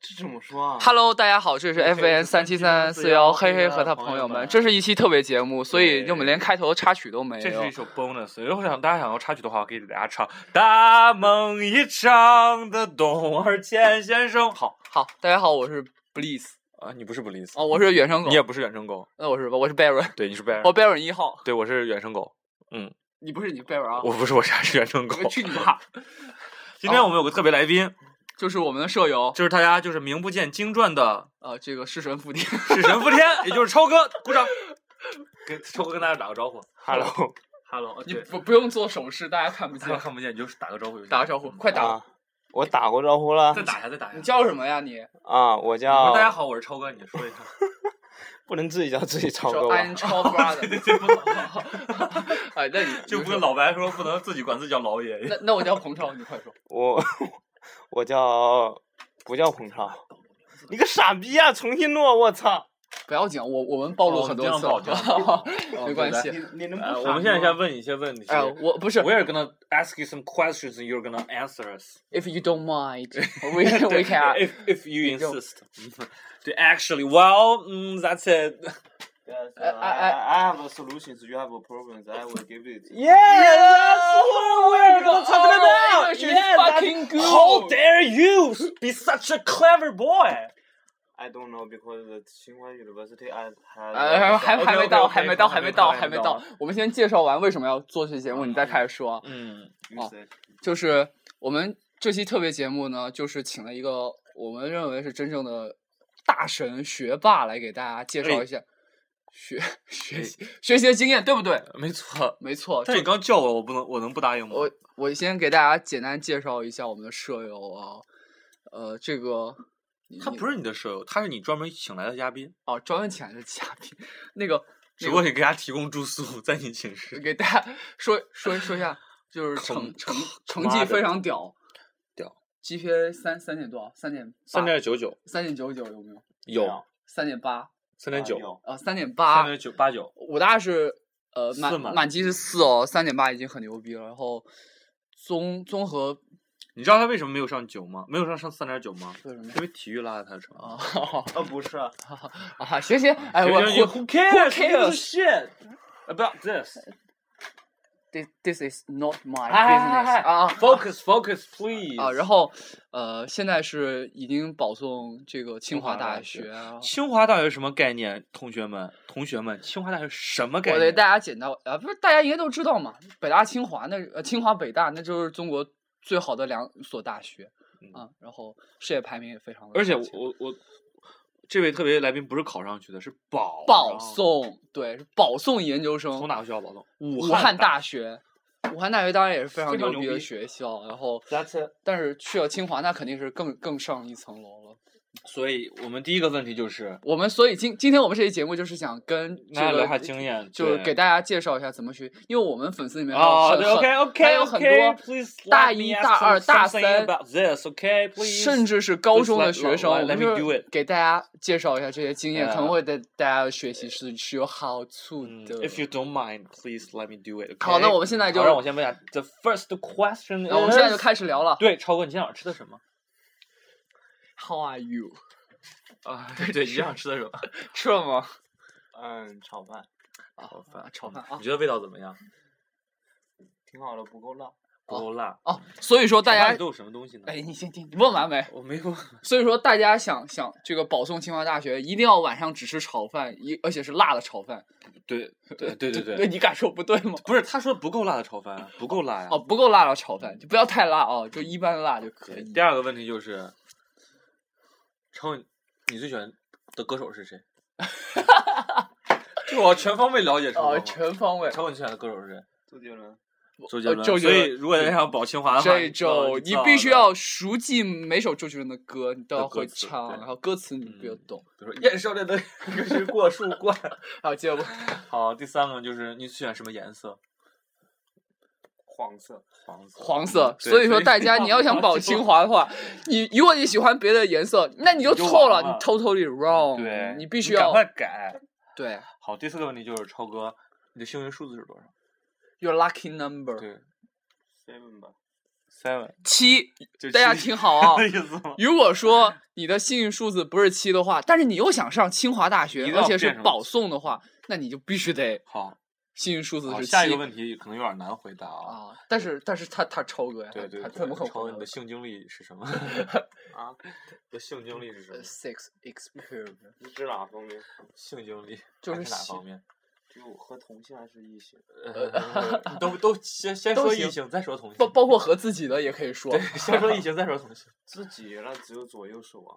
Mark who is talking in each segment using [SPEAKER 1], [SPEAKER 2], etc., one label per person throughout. [SPEAKER 1] 这怎么说啊？
[SPEAKER 2] Hello，大家好，这里是
[SPEAKER 1] OK，
[SPEAKER 2] FN
[SPEAKER 1] 是
[SPEAKER 2] 三七三四
[SPEAKER 1] 3741
[SPEAKER 2] 幺，嘿嘿和他
[SPEAKER 1] 朋
[SPEAKER 2] 朋
[SPEAKER 1] 友
[SPEAKER 2] 友
[SPEAKER 1] 们
[SPEAKER 2] 们，这是一期特别节目，所以
[SPEAKER 3] 对
[SPEAKER 2] 我们连开头插曲都没
[SPEAKER 3] 这
[SPEAKER 2] 有
[SPEAKER 3] 是一。首 bonus。如果想大家想要插曲的话，我给大家唱《大梦一场》的董尔健先生。好
[SPEAKER 2] 好，大家好，我是 Bliss，
[SPEAKER 3] 啊，你不是 b l i s
[SPEAKER 2] 哦，我是原声狗呃
[SPEAKER 3] 你，也不是原生狗，
[SPEAKER 2] 那我是吧，我是 Baron，
[SPEAKER 3] 对，你是
[SPEAKER 4] 哦
[SPEAKER 3] Bear，
[SPEAKER 2] 我 Baron 一号，
[SPEAKER 3] 对，我是原生狗，
[SPEAKER 2] 你不是你 Baron 啊，
[SPEAKER 3] 我不是，我是还是原生狗。
[SPEAKER 2] 去你爸，
[SPEAKER 3] 今天我们有个特别来宾，
[SPEAKER 2] 就是我们的舍友，
[SPEAKER 3] 就是大家就是名不见经传的
[SPEAKER 2] 呃，这个弑神附体，
[SPEAKER 3] 是神父天，也就是超哥，鼓掌。跟超哥跟大家打个招呼，Hello，
[SPEAKER 1] Hello，
[SPEAKER 2] 你不不用做手势，大家看不
[SPEAKER 3] 大家
[SPEAKER 2] 见，
[SPEAKER 3] 看不见，你就打个招呼就行，
[SPEAKER 2] 打个招呼，快打，
[SPEAKER 4] 啊，我打过招呼了
[SPEAKER 3] 再打一下，再打一下
[SPEAKER 2] 你。叫什么呀你？
[SPEAKER 4] 啊，我
[SPEAKER 3] 我
[SPEAKER 4] 叫
[SPEAKER 3] 说大家好，我是超哥，你说一下。
[SPEAKER 4] 不能自己叫自己超哥
[SPEAKER 2] 说 I'm
[SPEAKER 4] 吧？
[SPEAKER 2] 超 brother，
[SPEAKER 3] 这不能，
[SPEAKER 2] 哎，那你
[SPEAKER 3] 就不跟老白说不能自己管自己叫老爷爷。
[SPEAKER 2] 那那我叫彭超，你快说，
[SPEAKER 4] 我我叫不叫彭超？你个傻逼啊！重新录，我操！
[SPEAKER 2] 不要紧，我我们暴露
[SPEAKER 3] 哦
[SPEAKER 2] 很
[SPEAKER 3] 这
[SPEAKER 2] 多
[SPEAKER 3] 样
[SPEAKER 2] 次
[SPEAKER 3] 不
[SPEAKER 2] 了
[SPEAKER 3] 好听 哦
[SPEAKER 2] 没关系。
[SPEAKER 4] 你能
[SPEAKER 3] 呃，我们现在先问一些问题。
[SPEAKER 2] 哎，我不是
[SPEAKER 3] We are gonna ask you some questions, and you're gonna answer us.
[SPEAKER 2] If you don't mind, we we can.
[SPEAKER 3] If if you
[SPEAKER 2] 就
[SPEAKER 3] insist. 对，actually, well, mm, that's it.
[SPEAKER 4] I
[SPEAKER 2] I- I-
[SPEAKER 4] I have a solutions. You have a problems. I will give it. to you.
[SPEAKER 2] Yeah, that's what we're
[SPEAKER 4] gonna talk about.
[SPEAKER 2] English is
[SPEAKER 3] Yeah, that's-
[SPEAKER 2] fucking good.
[SPEAKER 3] 啊 How dare you be such a clever boy?
[SPEAKER 4] I don't know because the Tsinghua University I
[SPEAKER 2] 呃，还
[SPEAKER 4] had.
[SPEAKER 2] 还没到，
[SPEAKER 3] OK，OK，OK，
[SPEAKER 2] 还没到，
[SPEAKER 3] 还
[SPEAKER 2] 还
[SPEAKER 3] 没
[SPEAKER 2] 没
[SPEAKER 3] 到
[SPEAKER 2] 到，
[SPEAKER 3] 还
[SPEAKER 2] 还
[SPEAKER 3] 没
[SPEAKER 2] 没
[SPEAKER 3] 到
[SPEAKER 2] 到。我们先介绍完为什么要做这期节目，你再开始说啊。
[SPEAKER 3] 嗯，
[SPEAKER 2] 哦
[SPEAKER 4] said-
[SPEAKER 2] 就是我们这期特别节目呢，就是请了一个我们认为是真正的大神学霸来给大家介
[SPEAKER 3] 哎
[SPEAKER 2] 绍一下学学习学习的经验，对不对？
[SPEAKER 3] 没错。
[SPEAKER 2] 没错，
[SPEAKER 3] 哎但
[SPEAKER 2] 就
[SPEAKER 3] 你刚叫我，我不能，我能不答应吗？
[SPEAKER 2] 我我先给大家简单介绍一下我们的舍友啊，呃，这个
[SPEAKER 3] 他不是你的舍友，他是你专门请来的嘉宾，
[SPEAKER 2] 哦，专门请来的嘉宾，那个
[SPEAKER 3] 只不过你给他提供住宿，在你寝室。
[SPEAKER 2] 给大家说说说一下，就是成成成绩非常屌，
[SPEAKER 3] 屌
[SPEAKER 2] ，GPA 三三点多少？三点
[SPEAKER 3] 三点九九
[SPEAKER 2] 三点九九有没有？
[SPEAKER 3] 有，
[SPEAKER 2] 三点八
[SPEAKER 3] 三点九，
[SPEAKER 4] 有
[SPEAKER 2] 呃，三点
[SPEAKER 3] 三
[SPEAKER 2] 八，
[SPEAKER 3] 点九啊八九，
[SPEAKER 2] 武大是呃
[SPEAKER 3] 四
[SPEAKER 2] 满
[SPEAKER 3] 嘛
[SPEAKER 2] 满级是四哦，三点八已经很牛逼了，然后综综合
[SPEAKER 3] 你知道他为什么没有上九吗？没有上上三点九吗？
[SPEAKER 2] 为什 么呀
[SPEAKER 3] 因为体育拉的他成。
[SPEAKER 2] 啊
[SPEAKER 4] 啊不是啊，
[SPEAKER 2] 啊，行行，哎我
[SPEAKER 3] 行行
[SPEAKER 2] 我
[SPEAKER 3] 行 Who cares? 呃
[SPEAKER 2] who cares?
[SPEAKER 3] shit about this?
[SPEAKER 2] this this is not my
[SPEAKER 3] 哎哎
[SPEAKER 2] business
[SPEAKER 3] 哎
[SPEAKER 2] 啊啊
[SPEAKER 3] Focus, focus, please.
[SPEAKER 2] 啊！然后呃，现在是已经保送这个清
[SPEAKER 3] 清
[SPEAKER 2] 华
[SPEAKER 3] 华大
[SPEAKER 2] 大
[SPEAKER 3] 学
[SPEAKER 2] 学啊。
[SPEAKER 3] 清华大学什么概念？同学们，同学们，清华大学什么概
[SPEAKER 2] 我给
[SPEAKER 3] 念？
[SPEAKER 2] 大家简单啊，不是大家应该都知道嘛，北大、清华那呃清华、北大那就是中国最好的两所大学
[SPEAKER 3] 嗯
[SPEAKER 2] 啊，然后世界排名也非常的靠
[SPEAKER 3] 而且
[SPEAKER 2] 前，
[SPEAKER 3] 我我我，这位特别来宾不是考上去的，是保
[SPEAKER 2] 保
[SPEAKER 3] 上
[SPEAKER 2] 送对是保送研究生，
[SPEAKER 3] 啊从哪个学校保送？武
[SPEAKER 2] 武
[SPEAKER 3] 汉
[SPEAKER 2] 汉大学，武汉大学当然也是非常
[SPEAKER 3] 非常
[SPEAKER 2] 牛逼
[SPEAKER 3] 牛
[SPEAKER 2] 的
[SPEAKER 3] 逼
[SPEAKER 2] 学校，然后
[SPEAKER 4] That's it.
[SPEAKER 2] 但是去了清华，那肯定是更更上一层楼了。
[SPEAKER 3] 所以我们第一个问题就是，
[SPEAKER 2] 我们所以今今天我们这期节目就是想跟这
[SPEAKER 3] 大家
[SPEAKER 2] 个
[SPEAKER 3] 聊一下经验，
[SPEAKER 2] 就是
[SPEAKER 3] 对
[SPEAKER 2] 给大家介绍一下怎么学，因为我们粉丝里面还有
[SPEAKER 3] 哦，
[SPEAKER 2] 很
[SPEAKER 3] 对
[SPEAKER 2] 很
[SPEAKER 3] ，OK
[SPEAKER 2] 还
[SPEAKER 3] OK
[SPEAKER 2] 有很
[SPEAKER 3] OK，
[SPEAKER 2] 多
[SPEAKER 3] please
[SPEAKER 2] 大一、大二、大三
[SPEAKER 3] about this OK please，
[SPEAKER 2] 甚至是高中的学生，
[SPEAKER 3] Please let-
[SPEAKER 2] 我们
[SPEAKER 3] let
[SPEAKER 2] 就
[SPEAKER 3] me do
[SPEAKER 2] 是
[SPEAKER 3] it
[SPEAKER 2] 给大家介绍一下这些经验，
[SPEAKER 3] Yeah
[SPEAKER 2] 可能会对大家的学习是是有好处
[SPEAKER 3] 嗯
[SPEAKER 2] 的。
[SPEAKER 3] If you don't mind, please let me do it.
[SPEAKER 2] 好
[SPEAKER 3] OK？
[SPEAKER 2] 那我们现在就
[SPEAKER 3] 好让我先问一下，the first question
[SPEAKER 2] 那我们现在就
[SPEAKER 3] is-
[SPEAKER 2] 开始聊了。
[SPEAKER 3] 对，超哥，你今天晚上吃的什 么？
[SPEAKER 2] How are you？
[SPEAKER 3] 啊，对，你今晚吃的什么？
[SPEAKER 2] 吃了吗？
[SPEAKER 4] 嗯，炒饭
[SPEAKER 2] 啊，炒 饭啊
[SPEAKER 3] 你觉得味道怎么样？
[SPEAKER 4] 挺好的，不够辣。
[SPEAKER 3] 不够辣。
[SPEAKER 2] 哦，所以说大
[SPEAKER 3] 炒
[SPEAKER 2] 家
[SPEAKER 3] 饭里都有什么东西呢？
[SPEAKER 2] 哎，你先听，你问完没？
[SPEAKER 3] 我没有。
[SPEAKER 2] 所以说，大家想想这个保送清华大学，一定要晚上只吃炒饭，一而且是辣的炒饭。
[SPEAKER 3] 对对对 对
[SPEAKER 2] 对，，你敢说不对吗？
[SPEAKER 3] 不是他说不够辣的炒饭，不够辣呀。
[SPEAKER 2] 哦，不够辣的炒饭，就不要太辣哦，就一般辣就可
[SPEAKER 3] 对。
[SPEAKER 2] 以
[SPEAKER 3] 第。二个问题就是，超，你最喜欢的歌手是谁？ 就我要全方位了解
[SPEAKER 2] 哦，
[SPEAKER 3] 超哥。
[SPEAKER 2] 全方位。
[SPEAKER 3] 超哥，你最喜欢的歌手是谁？
[SPEAKER 4] 周杰伦。
[SPEAKER 3] 周杰伦。
[SPEAKER 2] 呃周杰伦
[SPEAKER 3] 所以，如果你想保清华的话，
[SPEAKER 2] 这
[SPEAKER 3] 你知道
[SPEAKER 2] 周
[SPEAKER 3] 你知
[SPEAKER 2] 你
[SPEAKER 3] 道
[SPEAKER 2] 必须
[SPEAKER 3] 的
[SPEAKER 2] 要熟记每首周杰伦的歌，你都
[SPEAKER 3] 的
[SPEAKER 2] 要
[SPEAKER 3] 歌
[SPEAKER 2] 会
[SPEAKER 3] 词
[SPEAKER 2] 唱，
[SPEAKER 3] 对
[SPEAKER 2] 然后歌词你不要
[SPEAKER 3] 嗯
[SPEAKER 2] 懂。
[SPEAKER 3] 比如说燕少 的那个是过 树冠。
[SPEAKER 2] 好，接着问。
[SPEAKER 3] 好，第三个就是你喜欢什么颜色？
[SPEAKER 4] 黄色，
[SPEAKER 3] 黄色。
[SPEAKER 2] 黄色，
[SPEAKER 3] 对
[SPEAKER 2] 所以说
[SPEAKER 3] 所以
[SPEAKER 2] 大家
[SPEAKER 3] 你
[SPEAKER 2] 你要
[SPEAKER 3] 要
[SPEAKER 2] 想
[SPEAKER 3] 保
[SPEAKER 2] 保
[SPEAKER 3] 清
[SPEAKER 2] 清华的 话，你如果你喜欢别的颜色，那你就错了，
[SPEAKER 3] 你就完了
[SPEAKER 2] 你 totally wrong，
[SPEAKER 3] 对，
[SPEAKER 2] 哦你必须
[SPEAKER 3] 赶
[SPEAKER 2] 要
[SPEAKER 3] 快改。
[SPEAKER 2] 对
[SPEAKER 3] 好，第四个问题就是超哥，你的幸运数字是多少？
[SPEAKER 2] your lucky number。
[SPEAKER 3] 对
[SPEAKER 4] seven 吧。
[SPEAKER 3] seven
[SPEAKER 2] 七，
[SPEAKER 3] 就
[SPEAKER 2] 大家
[SPEAKER 3] 七 ！
[SPEAKER 2] 听好啊
[SPEAKER 3] 意思吗？
[SPEAKER 2] 如果说你的幸运数字不是七的话，但是你又想上清华大
[SPEAKER 3] 一
[SPEAKER 2] 学，
[SPEAKER 3] 定要
[SPEAKER 2] 而且是
[SPEAKER 3] 变成
[SPEAKER 2] 保送的话，那你就必须得
[SPEAKER 3] 好，
[SPEAKER 2] 幸运数字
[SPEAKER 3] 好
[SPEAKER 2] 是七。
[SPEAKER 3] 哦下一个问题可能有点难回答啊。
[SPEAKER 2] 啊！但是但是他他超哥呀，
[SPEAKER 3] 对对
[SPEAKER 2] 他
[SPEAKER 3] 对，
[SPEAKER 2] 他怎么可能
[SPEAKER 3] 超
[SPEAKER 2] 不
[SPEAKER 3] 哥你的
[SPEAKER 2] 能
[SPEAKER 3] 性经历是什 么？
[SPEAKER 4] 啊，
[SPEAKER 3] 的性经历是什么
[SPEAKER 2] 呃？？Six experience
[SPEAKER 4] 你指哪方面？
[SPEAKER 3] 性经历
[SPEAKER 2] 就
[SPEAKER 3] 还
[SPEAKER 2] 是
[SPEAKER 3] 哪
[SPEAKER 2] 性
[SPEAKER 3] 方面？
[SPEAKER 4] 就和同性还是异性？
[SPEAKER 3] 呃， 都都先先
[SPEAKER 2] 都
[SPEAKER 3] 说异
[SPEAKER 2] 行
[SPEAKER 3] 性，再说同
[SPEAKER 2] 包
[SPEAKER 3] 性。
[SPEAKER 2] 包括和自己的也可以说
[SPEAKER 3] 对，，先说异性，再说同 性。
[SPEAKER 4] 自己那只有左右手啊，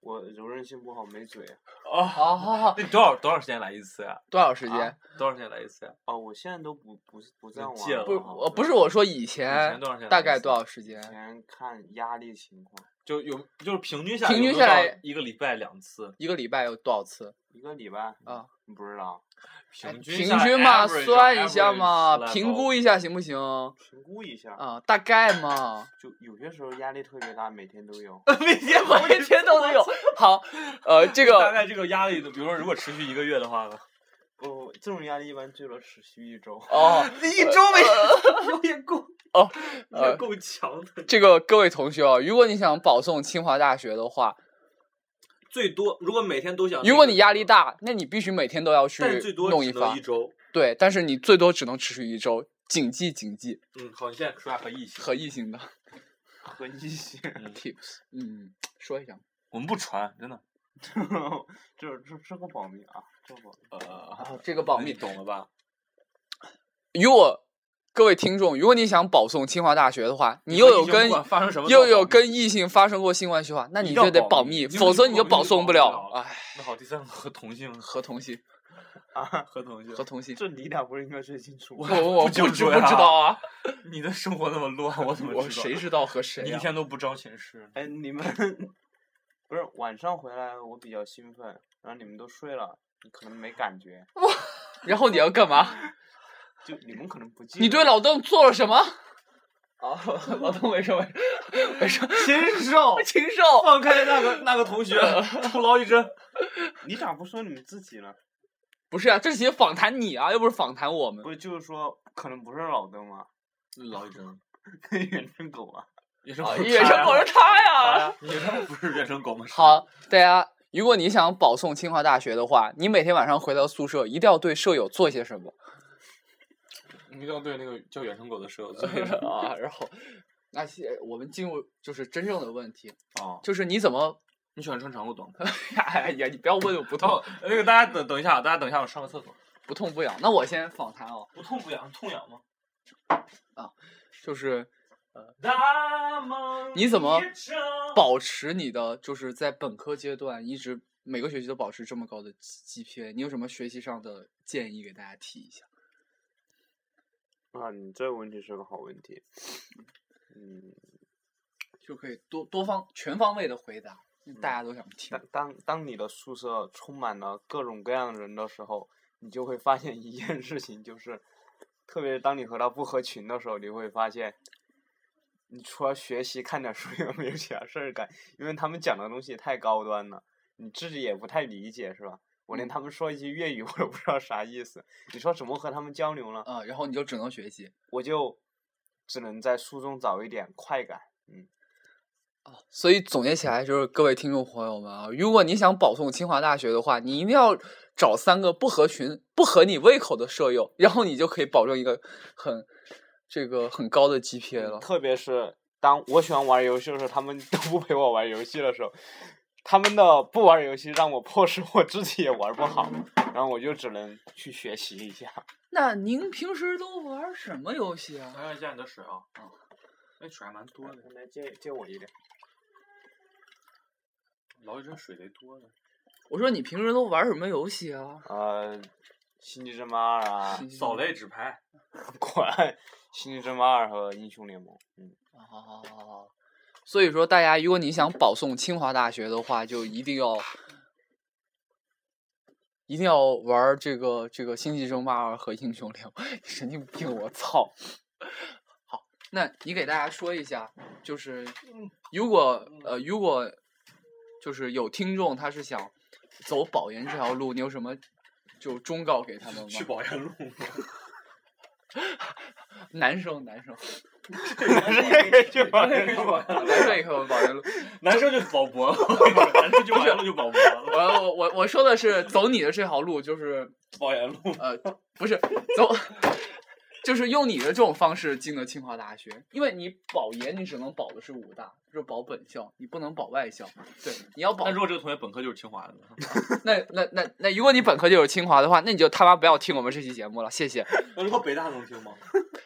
[SPEAKER 4] 我柔韧性不好，没嘴
[SPEAKER 3] 哦，
[SPEAKER 2] 好好好，
[SPEAKER 3] 那你多少多少时间来一次呀？
[SPEAKER 2] 多少时间？
[SPEAKER 3] 啊多少时间来一次呀？
[SPEAKER 4] 啊。我现在都不不是不这样玩
[SPEAKER 3] 戒
[SPEAKER 4] 了
[SPEAKER 3] 了
[SPEAKER 4] 啊。
[SPEAKER 2] 不是，
[SPEAKER 3] 好
[SPEAKER 2] 我不是我说以
[SPEAKER 3] 以
[SPEAKER 2] 前
[SPEAKER 3] 前多少时间来一次
[SPEAKER 2] 大概多少时间
[SPEAKER 4] 以？前看压力情况，
[SPEAKER 3] 就有就是平均下来
[SPEAKER 2] 平均
[SPEAKER 3] 有没有
[SPEAKER 2] 下来
[SPEAKER 3] 到一个礼拜两次，
[SPEAKER 2] 一个礼拜有多少次？
[SPEAKER 4] 一个礼拜
[SPEAKER 2] 啊，
[SPEAKER 4] 不知道
[SPEAKER 2] 哎
[SPEAKER 3] 平均
[SPEAKER 2] 平
[SPEAKER 3] 下来
[SPEAKER 2] 均嘛，
[SPEAKER 3] average
[SPEAKER 2] 算一下
[SPEAKER 3] average
[SPEAKER 2] 嘛，
[SPEAKER 3] level
[SPEAKER 2] 评 估一下行不行？
[SPEAKER 4] 评估一下，
[SPEAKER 2] 啊，大概嘛。
[SPEAKER 4] 就有些时候压力特别大，每天都 有。
[SPEAKER 2] 每天 每天都能有。好，呃，这
[SPEAKER 3] 大
[SPEAKER 2] 个
[SPEAKER 3] 概这个压力，比如说如果持续一个月的话呢？
[SPEAKER 4] 不，哦这种压力一般最多持续一周。
[SPEAKER 2] 哦，
[SPEAKER 3] 一周没 有也够
[SPEAKER 2] 呃 哦，
[SPEAKER 3] 也够强的。
[SPEAKER 2] 这个各位同学啊，如果你想保送清华大学的话，
[SPEAKER 3] 最多如果每天都想，
[SPEAKER 2] 如果你压力，大，那你必须每天都要去
[SPEAKER 3] 啊但是最多
[SPEAKER 2] 弄
[SPEAKER 3] 只能
[SPEAKER 2] 发
[SPEAKER 3] 一。周。
[SPEAKER 2] 对，但是你最多只能持续一周，谨记谨记。
[SPEAKER 3] 嗯，好，你现在说下和异性。
[SPEAKER 2] 和异性的
[SPEAKER 4] 和异性，
[SPEAKER 2] tips，嗯，说一下。
[SPEAKER 3] 我们不传，真的。
[SPEAKER 4] 这这这个保密啊，这个保密。
[SPEAKER 3] 呃，
[SPEAKER 2] 啊，这个保
[SPEAKER 3] 那你
[SPEAKER 2] 密。
[SPEAKER 3] 懂了吧？
[SPEAKER 2] 如果各位听众，如果你想保送清华大学的话，你又
[SPEAKER 3] 和
[SPEAKER 2] 有
[SPEAKER 3] 异性
[SPEAKER 2] 跟
[SPEAKER 3] 不管发生什么
[SPEAKER 2] 又
[SPEAKER 3] 都要
[SPEAKER 2] 有
[SPEAKER 3] 保密
[SPEAKER 2] 跟异性发生过性关系的话，那你
[SPEAKER 3] 一定
[SPEAKER 2] 就
[SPEAKER 3] 要
[SPEAKER 2] 得
[SPEAKER 3] 保
[SPEAKER 2] 保
[SPEAKER 3] 密
[SPEAKER 2] 密，
[SPEAKER 3] 因为
[SPEAKER 2] 否
[SPEAKER 3] 如
[SPEAKER 2] 则
[SPEAKER 3] 果
[SPEAKER 2] 你就
[SPEAKER 3] 你
[SPEAKER 2] 保
[SPEAKER 3] 不
[SPEAKER 2] 送
[SPEAKER 3] 保
[SPEAKER 2] 不
[SPEAKER 3] 密
[SPEAKER 2] 了。
[SPEAKER 3] 了
[SPEAKER 2] 哎，
[SPEAKER 3] 那好，第三个和同性
[SPEAKER 2] 和同性，
[SPEAKER 3] 和同性
[SPEAKER 2] 和同性。
[SPEAKER 4] 这你俩不是应该最清楚
[SPEAKER 2] 我
[SPEAKER 4] 吗？
[SPEAKER 2] 我
[SPEAKER 3] 不
[SPEAKER 2] 不
[SPEAKER 3] 清
[SPEAKER 2] 知
[SPEAKER 3] 楚
[SPEAKER 2] 不知
[SPEAKER 3] 呀
[SPEAKER 2] 道啊，
[SPEAKER 3] 你的生活那么乱，我怎么知
[SPEAKER 2] 我
[SPEAKER 3] 道？
[SPEAKER 2] 谁知道和谁啊
[SPEAKER 3] 你一
[SPEAKER 2] 呀
[SPEAKER 3] 天都不招寝室，
[SPEAKER 4] 哎，你们不是晚上回来，我比较兴奋，然后你们都睡了，你可能没感觉，
[SPEAKER 2] 然后你要干嘛？
[SPEAKER 4] 就你们可能不记得。
[SPEAKER 2] 你对老邓做了什么？啊， 老邓没事没事没事，
[SPEAKER 3] 禽兽
[SPEAKER 2] 禽兽。
[SPEAKER 3] 放开那个那个 同学，徒劳一针。
[SPEAKER 4] 你咋不说你们自己呢？
[SPEAKER 2] 不是啊，这是写访谈你啊，又不是访谈我们
[SPEAKER 4] 不。是就是说，可能不是老邓 啊，
[SPEAKER 3] 劳一针，
[SPEAKER 4] 跟远程狗啊。
[SPEAKER 3] 野生
[SPEAKER 2] 啊
[SPEAKER 3] 狗，
[SPEAKER 2] 野生狗是他呀。
[SPEAKER 3] 你他妈不是原生狗吗？是
[SPEAKER 2] 好，大家，如果你想保送清华大学的话，你每天晚上回到宿舍，一定要对舍友做些什么
[SPEAKER 3] 你一定要对那个叫远生狗的舍友尊
[SPEAKER 2] 啊。然后，那些我们进入就是真正的问题，
[SPEAKER 3] 啊！
[SPEAKER 2] 就是你怎么？
[SPEAKER 3] 你喜欢穿长裤短裤？
[SPEAKER 2] 哎呀，你不要问我不痛
[SPEAKER 3] 到 那个大家等等一下，大家等一下，我上个厕所。
[SPEAKER 2] 不痛不痒。那我先访谈哦，
[SPEAKER 3] 不痛不痒，痛痒吗？
[SPEAKER 2] 就是
[SPEAKER 3] 大梦
[SPEAKER 2] 你怎么
[SPEAKER 3] 一场
[SPEAKER 2] 保持你的就是在本科阶段一直每个学期都保持这么高的 G- GPA，你有什么学习上的建议给大家提一下？
[SPEAKER 4] 啊，你这个问题是个好问题。嗯，
[SPEAKER 2] 就可以多多方全方位的回答，大家都想听。
[SPEAKER 4] 当当当你的宿舍充满了各种各样的人的时候，你就会发现一件事情，就是，特别是当你和他不合群的时候，你会发现，你除了学习看点书 也没有其他事儿干，因为他们讲的东西太高端了，你自己也不太理解，是吧？我连他们说一句粤语我 都不知道啥意思，你说怎么和他们交流呢？
[SPEAKER 2] 啊、然后你就只能学习
[SPEAKER 4] 我就只能在书中找一点快感。
[SPEAKER 2] 啊。所以总结起来就是，各位听众朋友们啊，如果你想保送清华大学的话，你一定要找三个不合群、不合你胃口的舍友，然后你就可以保证一个很这个很高的 GPA 了。
[SPEAKER 4] 嗯特别是当我喜欢玩游戏的时候，他们 都不陪我玩游戏的时候，他们的不玩游戏让我迫使我自己也玩不好，然后我就只能去学习一下。
[SPEAKER 2] 那您平时都玩什么游戏啊？
[SPEAKER 3] 我要一下你的水啊。那水还蛮多的，
[SPEAKER 4] 来借借我一点。
[SPEAKER 3] 劳一针水得多的。
[SPEAKER 2] 我说你平时都玩什么游戏啊？
[SPEAKER 4] 呃，星际争霸二啊，
[SPEAKER 3] 扫雷指牌，
[SPEAKER 4] 管星际争霸二和英雄联盟，嗯，
[SPEAKER 2] 哦，所以说大家，如果你想保送清华大学的话，就一定要一定要玩儿这个这个星际争霸二和英雄联盟。 你神经病，我操！ 好，那你给大家说一下，就是
[SPEAKER 3] 嗯
[SPEAKER 2] 如果呃如果就是有听众他是想走保研这条路，你有什么就忠
[SPEAKER 3] 嗯
[SPEAKER 2] 告给他们吗？
[SPEAKER 3] 去保研路。
[SPEAKER 2] 男生男生
[SPEAKER 5] 这个就完
[SPEAKER 3] 这个就完了
[SPEAKER 2] 这个我保留了。
[SPEAKER 3] 男生就保博，我跟你说男生就完了就保博了，
[SPEAKER 2] 我我我我说的是走你的这条路，就是
[SPEAKER 3] 保研路。
[SPEAKER 2] 呃，不是走， 就是用你的这种方式进了清华大学，因为你保研你只能保的是武大，就是保本校，你不能保外校。对，你要保
[SPEAKER 3] 但如果这个同学本科就是清华的呢，
[SPEAKER 2] 那那那那，如果你本科就有清华的话，那你就他妈不要听我们这期节目了，谢谢。
[SPEAKER 3] 那如果北大能听吗？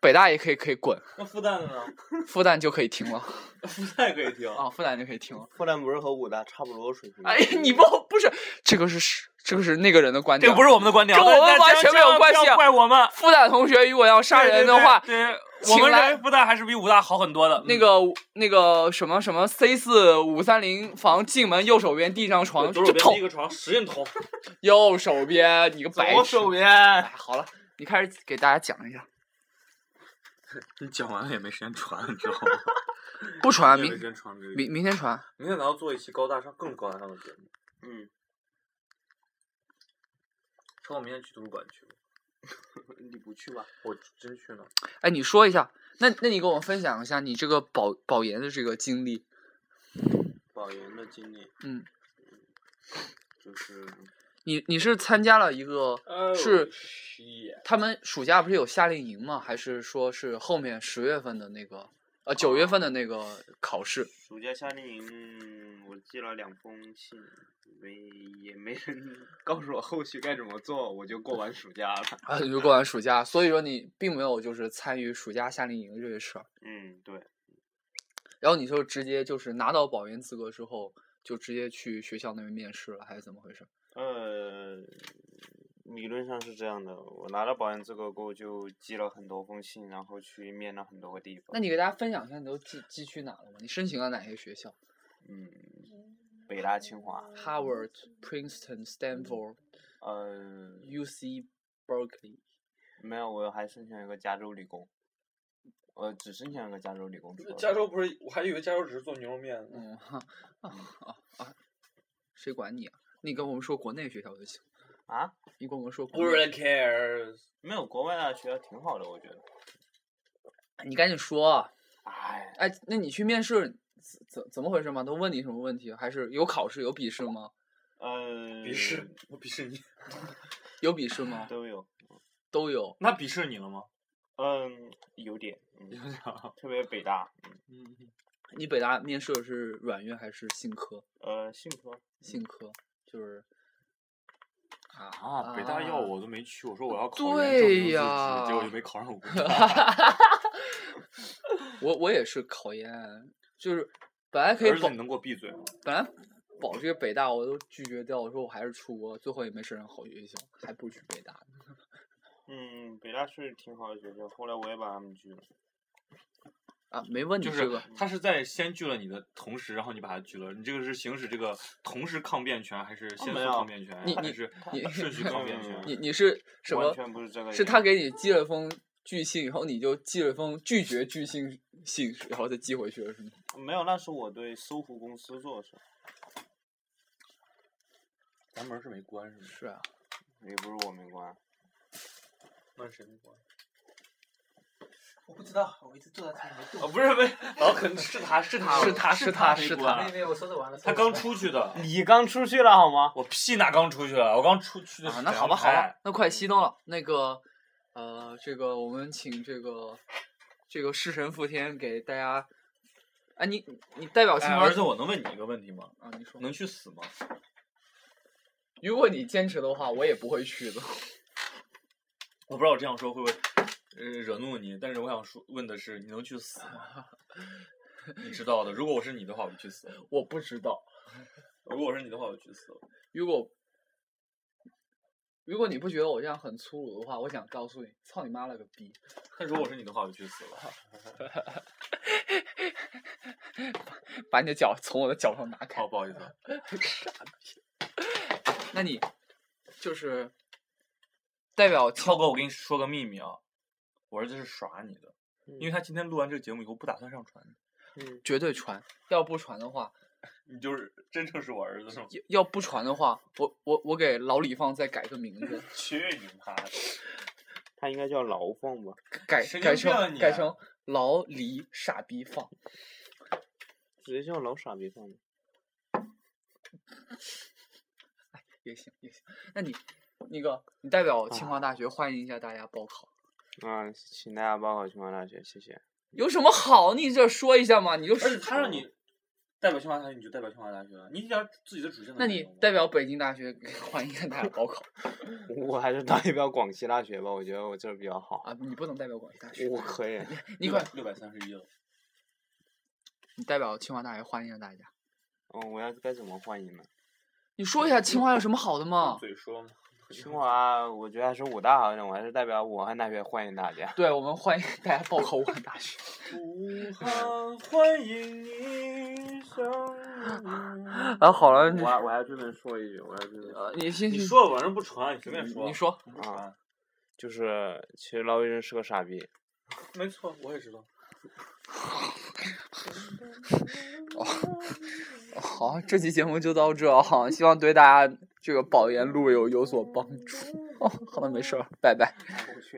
[SPEAKER 2] 北大也可以可以滚，
[SPEAKER 3] 那复旦的呢？
[SPEAKER 2] 复旦就可以听了
[SPEAKER 3] 复旦也可以听。
[SPEAKER 2] 啊，复旦就可以听了。
[SPEAKER 4] 复旦不是和武大差不多水平吗？
[SPEAKER 2] 哎，你不不是这个是这个是那个人的观
[SPEAKER 5] 这
[SPEAKER 2] 点，
[SPEAKER 5] 个不是我们的观点啊，
[SPEAKER 2] 跟我们
[SPEAKER 5] 但是
[SPEAKER 2] 完
[SPEAKER 5] 但
[SPEAKER 2] 全没有
[SPEAKER 5] 千万
[SPEAKER 2] 关系啊
[SPEAKER 5] 不要怪我们。
[SPEAKER 2] 复旦同学如果要杀
[SPEAKER 5] 对对
[SPEAKER 2] 人的
[SPEAKER 5] 对
[SPEAKER 2] 话，
[SPEAKER 5] 对我
[SPEAKER 2] 请
[SPEAKER 5] 们
[SPEAKER 2] 来
[SPEAKER 5] 人复旦还是比武大好很多的。
[SPEAKER 2] 那个那个什么什么 C 四五三零房进门右手边第一张床
[SPEAKER 3] 左
[SPEAKER 2] 就
[SPEAKER 3] 手边第
[SPEAKER 2] 捅
[SPEAKER 3] 一个床，使劲捅。
[SPEAKER 2] 右手边，你个白
[SPEAKER 4] 左
[SPEAKER 2] 痴！
[SPEAKER 4] 手
[SPEAKER 2] 哎
[SPEAKER 4] 边，
[SPEAKER 2] 好了，你开始给大家讲一下，
[SPEAKER 3] 你讲完了也没时间传，你知道吗？
[SPEAKER 2] 不 传啊
[SPEAKER 3] 没
[SPEAKER 2] 明
[SPEAKER 3] 时间传这个。
[SPEAKER 2] 明明天传，啊
[SPEAKER 3] 明天咱要做一期高大上、更高大上的节目。
[SPEAKER 4] 嗯，
[SPEAKER 3] 趁我明天去图书馆 去吧，
[SPEAKER 4] 你不去吧？
[SPEAKER 3] 我真去了。
[SPEAKER 2] 哎，你说一下，那那你给我们分享一下你这个保保研的这个经历，
[SPEAKER 4] 保研的经历
[SPEAKER 2] 嗯，
[SPEAKER 4] 就是，
[SPEAKER 2] 你你是参加了一个是他们暑假不是有夏令营吗？还是说是后面十月份的那个呃九月份的那个考试？
[SPEAKER 4] 暑假夏令营，我寄了两封信，没也没人告诉我后续该怎么做，我就过完暑假了。
[SPEAKER 2] 啊，你就过完暑假，所以说你并没有就是参与暑假夏令营这个事儿，
[SPEAKER 4] 嗯，对，
[SPEAKER 2] 然后你就直接就是拿到保研资格之后，就直接去学校那边面试了，还是怎么回事？
[SPEAKER 4] 呃，理论上是这样的。我拿到保研资格过后，就寄了很多封信，然后去面了很多个地方。
[SPEAKER 2] 那你给大家分享一下你都寄寄去哪了吗？你申请了哪些学校
[SPEAKER 4] 嗯，北大、清华，
[SPEAKER 2] ？Harvard、Princeton、Stanford、
[SPEAKER 4] 呃，
[SPEAKER 2] UC Berkeley。
[SPEAKER 4] 没有，我还申请了一个加州理工，我只申请了个加州理工出来。
[SPEAKER 3] 不是，我还以为加州只是做牛肉面呢
[SPEAKER 2] 嗯，啊啊啊！谁管你啊？你跟我们说国内学校就行。
[SPEAKER 4] 啊？
[SPEAKER 2] 你跟我们说国
[SPEAKER 3] 不
[SPEAKER 2] 内，
[SPEAKER 3] really cares。
[SPEAKER 4] 没有，国外的学校挺好的，我觉得。
[SPEAKER 2] 你赶紧说啊。
[SPEAKER 4] 哎，
[SPEAKER 2] 哎，那你去面试怎怎怎么回事嘛？都问你什么问题？啊还是有考试有笔试吗？
[SPEAKER 4] 呃，
[SPEAKER 3] 鄙视，我鄙视你。
[SPEAKER 2] 有笔试吗？
[SPEAKER 4] 都有，
[SPEAKER 2] 都有。
[SPEAKER 3] 那鄙视你了吗？
[SPEAKER 4] 嗯，有点，嗯，特别北大，
[SPEAKER 2] 嗯你北大面试的是软院还是信科？
[SPEAKER 4] 呃，信科，
[SPEAKER 2] 信科就是啊
[SPEAKER 3] 啊，北大要我都没去，我说我要考
[SPEAKER 2] 对
[SPEAKER 3] 研证明自己，
[SPEAKER 2] 呀
[SPEAKER 3] 结果就没考 上武大。
[SPEAKER 2] 我我也是考研，就是本来可以嗯
[SPEAKER 3] 儿
[SPEAKER 2] 保
[SPEAKER 3] 子，你能给我闭嘴吗？
[SPEAKER 2] 本来保这个北大我都拒绝掉，我说我还是出国，最后也没升上好学校，还不如去北大呢。
[SPEAKER 4] 嗯，北大是挺好的学校，后来我也把他们拒了。
[SPEAKER 2] 啊，没问你
[SPEAKER 3] 就
[SPEAKER 2] 这
[SPEAKER 3] 是
[SPEAKER 2] 个，
[SPEAKER 3] 他是在先拒了你的同时，然后你把他拒了，你这个是行使这个同时抗辩权，还是先
[SPEAKER 4] 没
[SPEAKER 3] 诉
[SPEAKER 4] 有
[SPEAKER 3] 抗辩权，
[SPEAKER 2] 哦你
[SPEAKER 3] 还
[SPEAKER 2] 你
[SPEAKER 3] 是
[SPEAKER 2] 你
[SPEAKER 3] 顺序抗辩 权？
[SPEAKER 2] 你你是什
[SPEAKER 4] 完
[SPEAKER 2] 么？
[SPEAKER 4] 全不是这个
[SPEAKER 2] 是
[SPEAKER 4] 原
[SPEAKER 2] 他
[SPEAKER 4] 因
[SPEAKER 2] 给你寄了封拒信，然后你就寄了封拒绝拒信信，然后再寄回去了，是吗？
[SPEAKER 4] 没有，那是我对搜狐公司做的事，
[SPEAKER 3] 咱门是没关是吗？
[SPEAKER 2] 是啊，
[SPEAKER 4] 也不是我没关。
[SPEAKER 3] 那谁没关？
[SPEAKER 6] 我不知道，我一直坐在这里没
[SPEAKER 3] 啊，
[SPEAKER 6] 动。
[SPEAKER 3] 不是不是，老肯是他 是他
[SPEAKER 2] 哦是他是他嗯
[SPEAKER 3] 没
[SPEAKER 2] 是
[SPEAKER 3] 关
[SPEAKER 2] 他
[SPEAKER 6] 没没，我说着玩了。
[SPEAKER 3] 他刚出去的，
[SPEAKER 4] 你刚出去了好吗？
[SPEAKER 3] 我屁那刚出去了，我刚出去的
[SPEAKER 2] 啊
[SPEAKER 3] 是，
[SPEAKER 2] 那
[SPEAKER 3] 沈
[SPEAKER 2] 好吧好
[SPEAKER 3] 阳
[SPEAKER 2] 吧
[SPEAKER 3] 派，，
[SPEAKER 2] 那快
[SPEAKER 3] 嗯
[SPEAKER 2] 熄灯了。那个，呃，这个我们请这个这个侍神傅天给大家，哎，你你代表新
[SPEAKER 3] 哎，
[SPEAKER 2] 闻、
[SPEAKER 3] 儿子，我能问你一个问题吗？
[SPEAKER 2] 啊，你说，
[SPEAKER 3] 能去死吗？
[SPEAKER 2] 如果你坚持的话，我也不会去的。
[SPEAKER 3] 我不知道我这样说会不会呃惹怒你，但是我想说问的是，你能去死吗？ 你知道的，如果我是你的话，我就去死了；
[SPEAKER 2] 我不知道，
[SPEAKER 3] 如果我是你的话，我就去死了。
[SPEAKER 2] 如果如果你不觉得我这样很粗鲁的话，我想告诉你，操你妈了个逼！
[SPEAKER 3] 但如果我是你的话，我就去死了。
[SPEAKER 2] 把你的脚从我的脚上拿开
[SPEAKER 3] 好，。不好意思啊，
[SPEAKER 2] 那你就是代表
[SPEAKER 3] 超哥，我跟你说个秘密啊，我儿子是耍你的，因为他今天录完这个节目以后不打算上传，
[SPEAKER 4] 嗯，
[SPEAKER 2] 绝对传，要不传的话，
[SPEAKER 3] 你就是真正是我儿子是吗？
[SPEAKER 2] 要要不传的话，我我我给老李放再改个名字，
[SPEAKER 3] 去你妈的！
[SPEAKER 4] 他应该叫牢凤吧？
[SPEAKER 2] 改
[SPEAKER 3] 神
[SPEAKER 2] 改
[SPEAKER 3] 经病啊
[SPEAKER 2] 成
[SPEAKER 3] 你
[SPEAKER 2] 改成老李傻逼放，
[SPEAKER 4] 直接叫老傻逼放的。
[SPEAKER 2] 也行也行。那你那个你代表清华大学欢迎一下大家报考，
[SPEAKER 4] 啊，请大家报考清华大学，谢谢。
[SPEAKER 2] 有什么好你这说一下嘛？你就
[SPEAKER 3] 而且
[SPEAKER 2] 说
[SPEAKER 3] 他让你代表清华大学，你就代表清华大学了，你一点自己的主见都
[SPEAKER 2] 那
[SPEAKER 3] 没
[SPEAKER 2] 你
[SPEAKER 3] 有吗
[SPEAKER 2] 代表北京大学 欢迎一下大家报考
[SPEAKER 4] 我还是代表广西大学吧，我觉得我这儿比较好。
[SPEAKER 2] 啊！你不能代表广西大 学，
[SPEAKER 4] 我可 以，
[SPEAKER 2] 你
[SPEAKER 3] 六
[SPEAKER 2] 可
[SPEAKER 3] 百六百三十一了，
[SPEAKER 2] 你代表清华大学欢迎一下大家。
[SPEAKER 4] 嗯，我要该怎么欢迎呢？
[SPEAKER 2] 你说一下清华有什么好的嘛？
[SPEAKER 3] 嘴说嘛，
[SPEAKER 4] 清华，我觉得还是武大好一点，我还是代表武汉大学欢迎大家。
[SPEAKER 2] 对，我们欢迎大家报考武汉大学。
[SPEAKER 3] 武汉欢迎你 生。
[SPEAKER 2] 啊，好了，
[SPEAKER 4] 我还我还专门说一句，我还专门说啊
[SPEAKER 2] 呃，你先
[SPEAKER 3] 你说吧，人不传，你随便说。
[SPEAKER 2] 你说，
[SPEAKER 3] 不传，
[SPEAKER 4] 就是其实老伟人是个傻逼。
[SPEAKER 3] 没错，我也知道。
[SPEAKER 2] 好，这期节目就到这哈，希望对 大家这个保研路有有所帮助。哦，好了，没事儿，拜拜。
[SPEAKER 4] 我去